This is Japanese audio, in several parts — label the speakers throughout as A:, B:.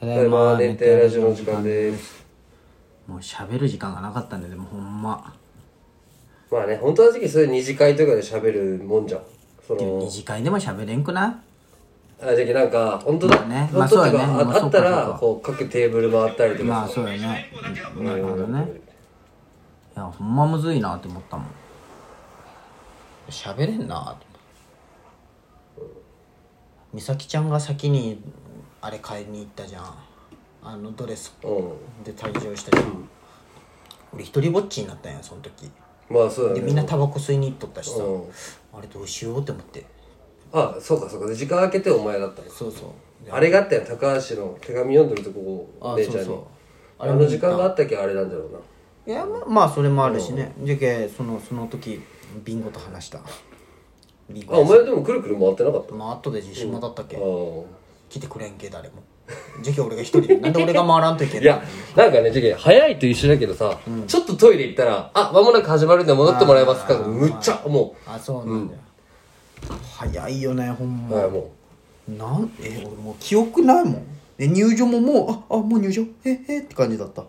A: た
B: ただいま熱帯ラジオの時間です
A: もう喋る時間がなかったんででもほんま
B: まあね本当は時期そういう二次会とかで喋るもんじゃんその
A: 二次会でも喋れんくな
B: あじゃあなんか本当だ、
A: ねまあ
B: 本当ってい
A: そうだね
B: うか
A: まあ
B: ああ
A: そう
B: った
A: かそう
B: ら
A: か
B: こう各テーブル回ったりと
A: い
B: か、
A: まあそうやねうんなるほどねいやほんまむずいなって思ったもん喋れんなって美咲ちゃんが先にあれ買いに行ったじゃんあのドレス
B: う
A: で退場したじゃん俺一人ぼっちになったんやその時
B: んまあそうだ
A: で
B: ね
A: みんなタバコ吸いに行っとったしさ
B: うん
A: あれどうしようって思って
B: あそうかそうかで時間空けてお前だったの
A: そうそうで
B: あれがあったよ高橋の手紙読んでるとこ
A: あ
B: 姉ちゃんに
A: そうそう
B: あの時間があったけあれなんだろうない
A: やまあまあそれもあるしねじゃけそのその時ビンゴと話したビン
B: あお
A: ゴ
B: 前でもくるくる回ってなかったあ
A: まあ後で自信もだったっけ、
B: あー
A: 来てくれんけ誰もじゃけ俺が一人 でなんで俺が回らんといけない
B: いや、なんかね、じゃあ早いと一緒だけどさ、ちょっとトイレ行ったら、あ、間もなく始まるんで戻ってもらえますか
A: あー
B: むっちゃ、も
A: あそうなんだよ、早いよねほん
B: う、
A: ま、
B: はい、も
A: なんえ俺もう記憶ないもんで入場ももうああもう入場ええって感じだった
B: う、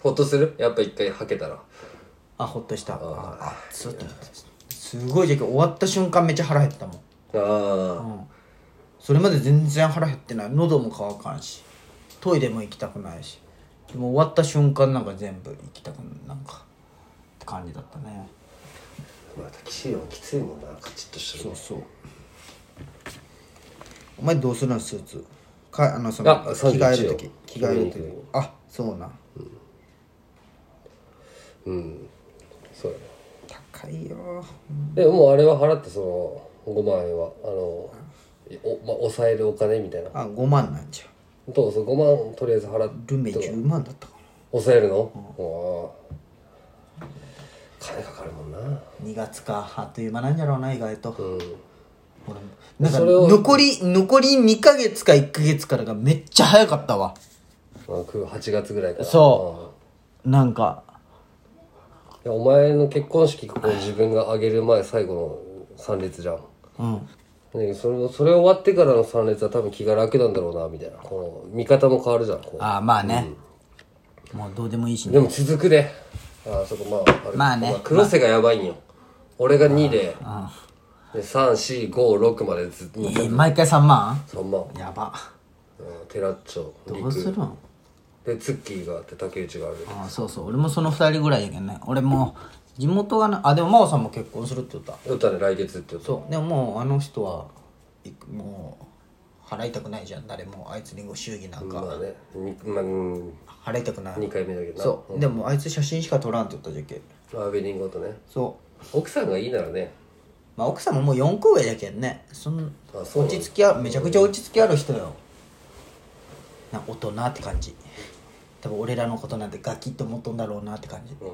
B: ほっとするやっぱ一回吐けたら。
A: あほっとしたああずっと思ってたすごいじゃけ終わった瞬間めっちゃ腹減ったもん
B: ああ、
A: うんそれまで全然腹減ってない喉も乾かんしトイレも行きたくないしでも終わった瞬間なんか全部行きたくなんかって感じだったね
B: また岸はきついもんな、カチッとしてる
A: そう
B: ね。
A: そうお前どうするのスーツかあのそ
B: あ
A: の着
B: 31
A: 替える時
B: よ
A: 着替える時
B: 着替える時
A: あそうなん
B: うん。そうだね。
A: 高いよ
B: でもうあれは払って、その、5万円は、あの、おまあ、抑えるお金みたいな。
A: あ5万なんじゃう
B: どうぞ、5万とりあえず払っ
A: ルメ10万だったか
B: 抑えるの、おー金かかるもんな。
A: な2月かあっという間なんじゃろうな意外と、
B: うん。
A: 俺もなんか
B: それを
A: 残り残り2ヶ月か1ヶ月からがめっちゃ早かったわ
B: まあ、9 8月ぐらいから
A: そなんか
B: うんいやお前の結婚式こう自分が挙げる前最後の参列じゃん
A: うん
B: ねそれそれ終わってからの参列は多分気が楽なんだろうなみたいなこう見方も変わるじゃんこう
A: ああまあね、もうどうでもいいしね
B: でも続くであそこまああれ
A: まあね
B: お前黒瀬がやばいんよ、俺が2でで3456までずっと
A: えー毎回3万
B: 3万、
A: やば
B: うん、テラッチョ
A: どうするん
B: でツッキーがあって竹内がある
A: ああそうそう俺もその2人ぐらいやけんね俺もう地元がなあでも真央さんも結婚するって言った
B: だったら来月って言うと
A: そうでももうあの人はいくもう払いたくないじゃん誰もあいつにご祝儀なんか
B: まあね、にまあ、うん
A: 払いたくない
B: 2回目だけどな
A: そうでもあいつ写真しか撮らんって言ったじゃけ
B: あウェディングごとね
A: そう
B: 奥さんがいいならね
A: まあ、奥さんももう4個上だけんねその
B: あそう
A: 落ち着きあめちゃくちゃ落ち着きある人よな大人って感じ多分俺らのことなんてガキッと思っとんだろうなって感じ
B: うん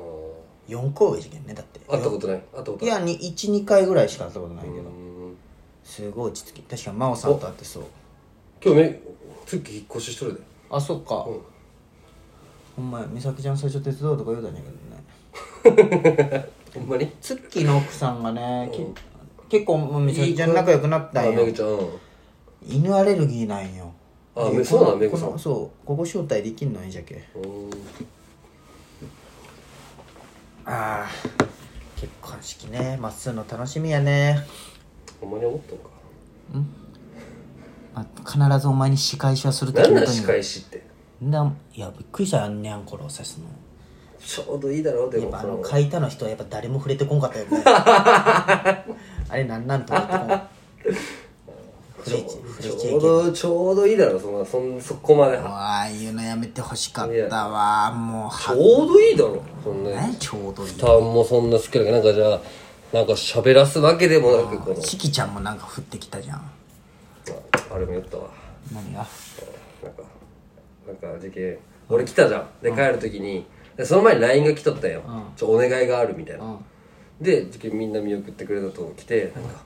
A: 4個上じゃけんねだって
B: 会ったことない会ったこと
A: い
B: ない
A: や12回ぐらいしか会ったことないけど
B: うん
A: すごい落ち着き確か真央さんと会ってそう
B: 今日めツッキー引っ越ししとるで
A: あそっか、
B: うん
A: ほんまや美咲ちゃん最初手伝うとか言うたんやけどね
B: ほんまに
A: ツッキーの奥さんがね、き結構もう美咲ちゃん仲良くなったん
B: あ
A: よ
B: めぐちゃんうん
A: 犬アレルギーなんよ
B: あ
A: で
B: めそうなん
A: この
B: めぐさん
A: このそうここ招待できんのいいじゃけ
B: うん
A: ああ結婚式ねまっすーの楽しみやね
B: ほんまに思ったのか
A: ま必ずお前に仕返しはする
B: 何なん仕返しって
A: ないやびっくりしたよニャンコロを刺すの
B: ちょうどいいだろうで
A: やっ
B: も
A: ぱあ
B: そ
A: の
B: の
A: 書いたの人はやっぱ誰も触れてこんかったよ ねあれなんなんと思ってこん触れち触れちゃい
B: ち
A: け
B: ょう
A: ない
B: どちょうどいいだろそんなそんそこまでち
A: ああいうのやめてほしかったわもうは
B: ょうどいいだろそんな
A: ねちょうどいい
B: 負担もそんな好きだけどなんかじゃあなんか喋らすわけでもなくこの
A: しきちゃんもなんか降ってきたじゃん
B: ああれも言ったわ
A: 何が
B: なんか、なんか事件、俺来たじゃん。で、帰る時に、でその前に LINE が来とったんよ。ちょ、お願いがあるみたいな。で、事件みんな見送ってくれたと来て、なんか、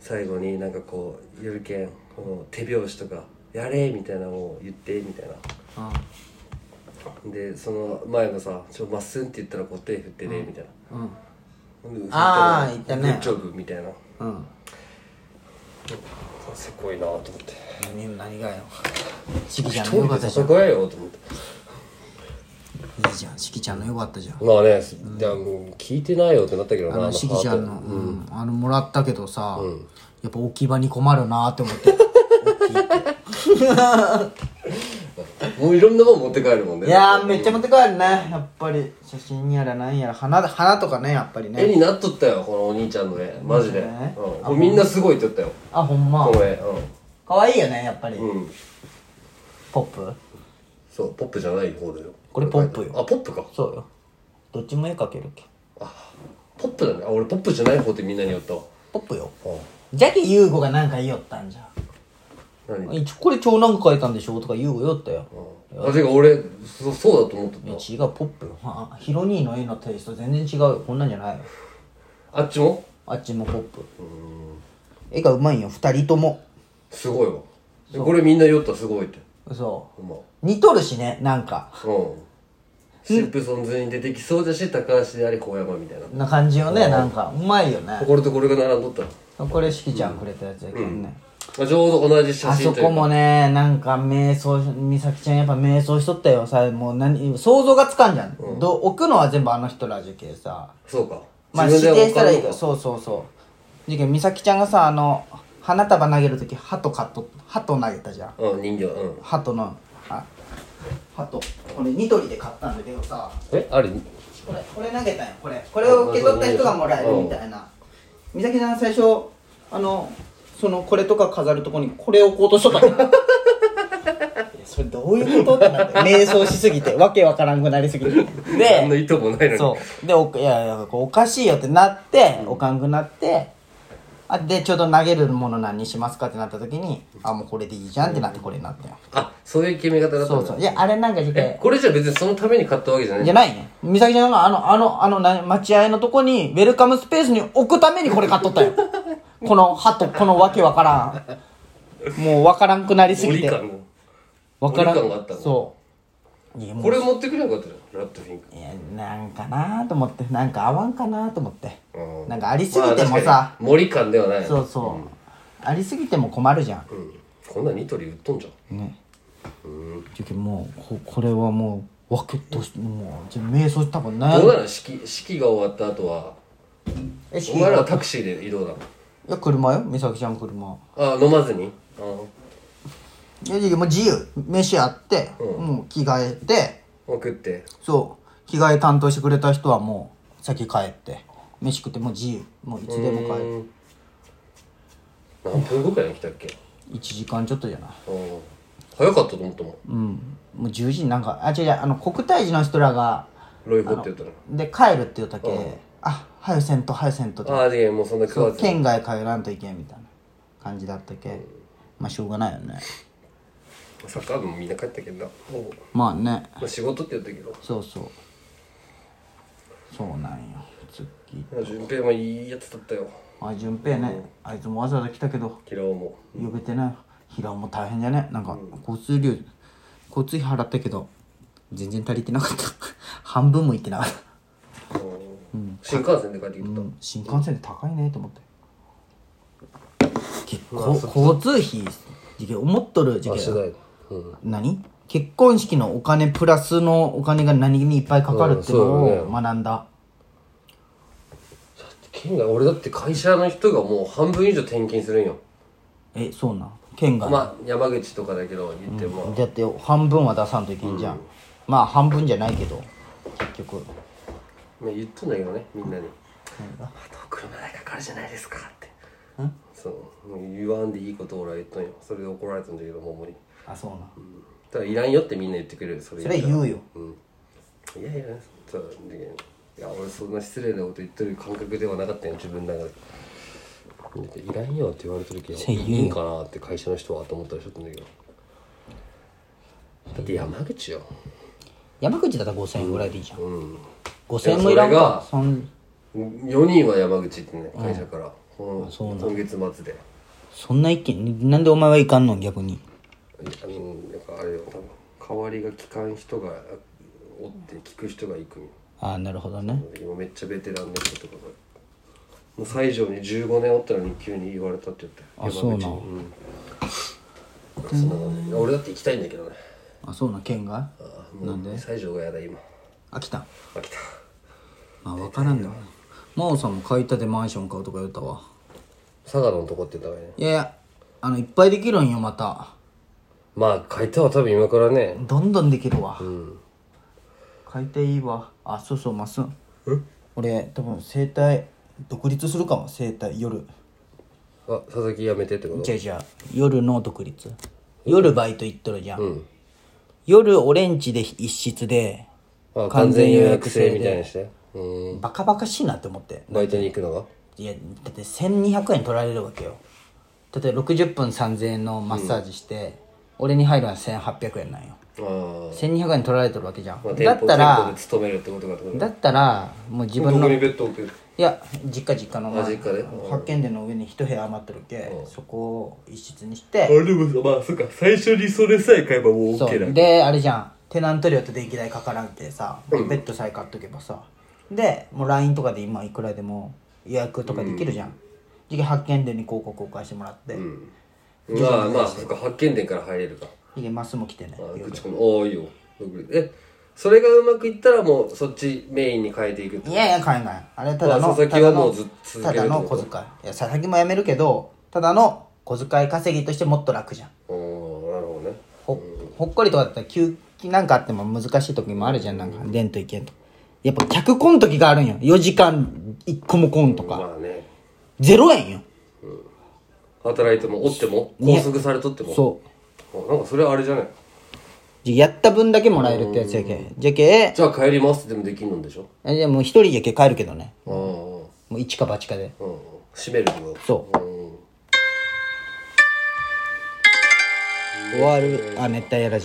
B: 最後になんかこう、ゆるけん、この手拍子とか、やれみたいなのを言って、みたいな。
A: うん
B: で、その前のさ、ちょ、まっすんって言ったらこう手振ってね、みたいな。
A: うん
B: うん
A: あー言ったね
B: グッジョブみたいな。
A: うん
B: せこいなと思って。
A: 何何がよしきち
B: 一
A: ゃんのよ
B: 人
A: かっ
B: で
A: たじゃん
B: 戦えよと思って
A: いいじゃんしきちゃんのよかったじゃん
B: まあね、じゃあもう聞いてないよってなったけどな
A: あのしきちゃん
B: ハ
A: の、
B: ート
A: うんあのもらったけどさ、やっぱ置き場に困るなって思 って
B: もういろんなもん持って帰るもんね
A: いやーめっちゃ持って帰るねやっぱり写真やらなんやら花だ花とかねやっぱり
B: 絵
A: ね
B: になっとったよこのお兄ちゃんの絵マジで、うん
A: ね
B: もうみんなすごいって言ったよ
A: あほんま
B: この絵
A: 可愛いよねやっぱり、
B: うん、うん、
A: ポップ
B: そうポップじゃない方だよ
A: これポップよ
B: あポップか
A: そうよどっちも絵描けるけ
B: ポップだねあ俺ポップじゃない方ってみんなに言ったわ
A: ポップよ
B: あ
A: じゃけ優吾がなんか言いよったんじゃん
B: 何
A: えちょこれ長男が描いたんでしょとか優吾言おったよ
B: あてか俺そそうだと思って
A: いや違うポップよあヒロ兄の絵のテイスト全然違うよこんなんじゃないよ
B: たあっちも
A: あっちもポップ絵がうまいんよ二人とも
B: すごいわでこれみんな言ったすごいって
A: そ
B: ほんま
A: う似とるしねなんか
B: うんシンプソンズに出てきそうだし高橋であり小山みたいな
A: な感じよねなんかうまいよね
B: これとこれが並んどった
A: これしきちゃんくれたやつやけどね、
B: まあちょうど同じ写
A: あそ
B: 真とい
A: こ
B: うか
A: もねなんか瞑想し美咲ちゃんやっぱ瞑想しとったよさもう何想像がつかんじゃん、ど置くのは全部あの人らじけさ
B: そうか
A: まあ
B: 自
A: 指
B: 分
A: 定し
B: では分
A: た
B: からる
A: い
B: の
A: い
B: か
A: よそうそうそうじゃけん美咲ちゃんがさあの花束投げるとき鳩カット鳩投げたじゃん
B: うん人形うん
A: 鳩のあ鳩これニトリで買ったんだけどさ
B: えあれ
A: これこれ投げたんよこれこれを受け取った人がもらえるみたいな美咲ちゃん最初あのそのこれとか飾るとこにこれ置こうとしとったから いやそれどういうことってなって瞑想しすぎてわけわからんくなりすぎて
B: 何の
A: で
B: 意図もないのに
A: そうでおいやいやこうおかしいよってなっておかんくなってあでちょうど投げるもの何にしますかってなった時にあもうこれでいいじゃんってなってこれになったよ
B: あそういう決め方だった
A: そう
B: ん
A: そ
B: だ
A: ういやあれなんか時間
B: えこれじゃ別にそのために買ったわけじゃない
A: じゃないね。美咲ちゃんがあの、あの、あの、な待合のとこに、ウェルカムスペースに置くためにこれ買っと ったよ。この鳩、このわけわからん。もうわからんくなりすぎ
B: 折り
A: て。
B: 感の
A: わからん。
B: 折り感があったの
A: そう。いや、も
B: こ
A: う。
B: れ持ってくれなかったじゃんラットフィンク
A: いや、なんかなと思って。なんか合わんかなと思って。
B: うん
A: なんかありすぎても
B: ま
A: さ
B: あ確。かに森感ではない
A: そうそう、ありすぎても困るじゃん。
B: うんこんなニトリ売っとんじゃん
A: ね。じゃけもうこ、これはもう、わけっとして、もう、じゃあ瞑想したもんな
B: どうなの式式が終わった後は
A: え、し
B: お前らはタクシーで移動だの
A: いや、車よ。美咲ちゃん車。
B: あ飲まずにあ
A: いやいやもう自由飯あって、もう着替えて
B: 送って
A: そう着替え担当してくれた人はもう先帰って飯食ってもう自由もういつでも帰る
B: 何分後くらいに来たっけ
A: 1時間ちょっとじゃない
B: うん早かったと思ったもん
A: うんもう10時になんかあ違う違うあの国体寺の人らが
B: ロイボって言ったの
A: で帰るって言ったけ、あ早よせんと早よせんとって
B: ああーでもうそんな食わずに
A: 県外帰らんといけんみたいな感じだったけ、まあしょうがないよね
B: サッカー部もみんな帰ったけどなほぼ
A: まあね
B: まあ仕事って言ったけど
A: そうそうそうなんよ次
B: まあ順平もいいやつだったよ
A: あ順平ねあいつもわざわざ来たけど
B: 平尾も
A: 呼べてね平尾も大変じゃねなんか交通量交通費払ったけど全然足りてなかった 半分もいってなかった
B: うん新幹線で帰ってきた
A: うん新幹線で高いねと思って結構交通費時期思っとる時
B: 世
A: 期
B: 代うん
A: 何結婚式のお金プラスのお金が何にいっぱいかかるっていうの
B: う
A: を学んだ、
B: 県外俺だって会社の人がもう半分以上転勤するんよ
A: えそうなん県外、
B: まあ山口とかだけど言っても
A: だって半分は出さんといけんじゃん、まあ半分じゃないけど結局
B: まあ言っとんだけどねみんなに「あと車代かかるじゃないですか」ってそうもう言わんでいいことを俺は言っとんよそれで怒られたんだけどもう無理
A: あそうなん
B: ただいらんよってみんな言ってくれるそれ
A: それ言うよ
B: いやいやそうでいや俺そんな失礼なこと言ってる感覚ではなかったよ自分の中で。いらんよって言われた 時は
A: せや
B: いいんかなって会社の人はと思ったりしちゃったんだけどだって山口よ
A: 山口だったら5000円ぐらいでいいじゃん、
B: うん
A: 5000円もいらんか
B: いや
A: そん
B: 4人は山口ってね会社から、こ
A: そうなん
B: の今月末で
A: そんな意見なんでお前はいかんの逆に
B: あのなんかあれよ多分代わりが聞かん人がおって聞く人が行くんよ
A: ああなるほどね
B: 今めっちゃベテランの人とかがもう西条に15年おったのに急に言われたって言って
A: あそうなん
B: うんなんかそんなのね俺だって行きたいんだけどね
A: あそうな県外
B: あもう
A: なんで
B: 西条がやだ今
A: あ来た
B: 飽きた
A: まあ分からんだろうな真央さんも買いたてマンション買うとか言ったわ
B: 佐賀のとこって言ったからね
A: いやいやあのいっぱいできるんよまた
B: まあ買い手は多分今からね
A: どんどんできるわ、
B: うん
A: 買いていいわあそうそうマスン
B: え
A: 俺多分整体独立するかも整体夜
B: あ佐々木やめてってこと
A: じゃあじゃあ夜の独立夜バイト行っとるじゃん、
B: うん
A: 夜オレンジで一室で完
B: あ
A: 全
B: 完全
A: 予
B: 予
A: 約
B: 約
A: 制
B: 制
A: で
B: みたいにしてうん
A: バカバカしいなって思って
B: バイトに行くのが
A: いやだって1200円取られるわけよ例えば60分3000円のマッサージして、俺に入るのは1800円なんよ
B: ああ
A: 1200円取られてるわけじゃん、
B: まあ
A: だ
B: 店
A: っ
B: 舗
A: た
B: 店舗
A: ら
B: で勤めるってことかってこと
A: だったらもう自分
B: どこ
A: の
B: に
A: い
B: ベッド置く
A: や実家実家の
B: あ実家で
A: 発見殿の上に一部屋余ってるけ、そこを一室にし
B: あ
A: て、
B: でもまあそっか最初にそれさえ買えばもう
A: そ
B: OK だ
A: うであれじゃんテナント料と電気代かからんてさ、ベッドさえ買っとけばさでもう LINE とかで今いくらでも予約とかできるじゃん、次発見殿に広告公開してもらって、
B: まあまあそっか発見店から入れるか
A: いやマスも来てね
B: あ口コミおおいいよえそれがうまくいったらもうそっちメインに変えていくって
A: いやいや買えないあれただの
B: まあ佐々木はもうずっと続
A: た
B: ける
A: だ
B: ってこと
A: の小遣いいや佐々木もやめるけどただの小遣い稼ぎとしてもっと楽じゃん
B: おおなるほどね
A: ほほっこりとかだったら休憩なんかあっても難しい時もあるじゃんなんかでんといけんとやっぱ客来ん時があるんよ4時間1個も来んとか
B: まあね
A: 0円よ
B: 働いてもおっても拘束されとっても
A: そう
B: あなんかそれあれじゃない
A: じゃあやった分だけもらえるってやつやけじゃけ
B: じゃあ帰りますってでもできんのでしょ
A: あじゃあもう1人やけ帰るけどね
B: う
A: もう一か八かで
B: んうんうん閉めるってこと
A: そう
B: うん
A: 終わるあ熱帯夜ラジオ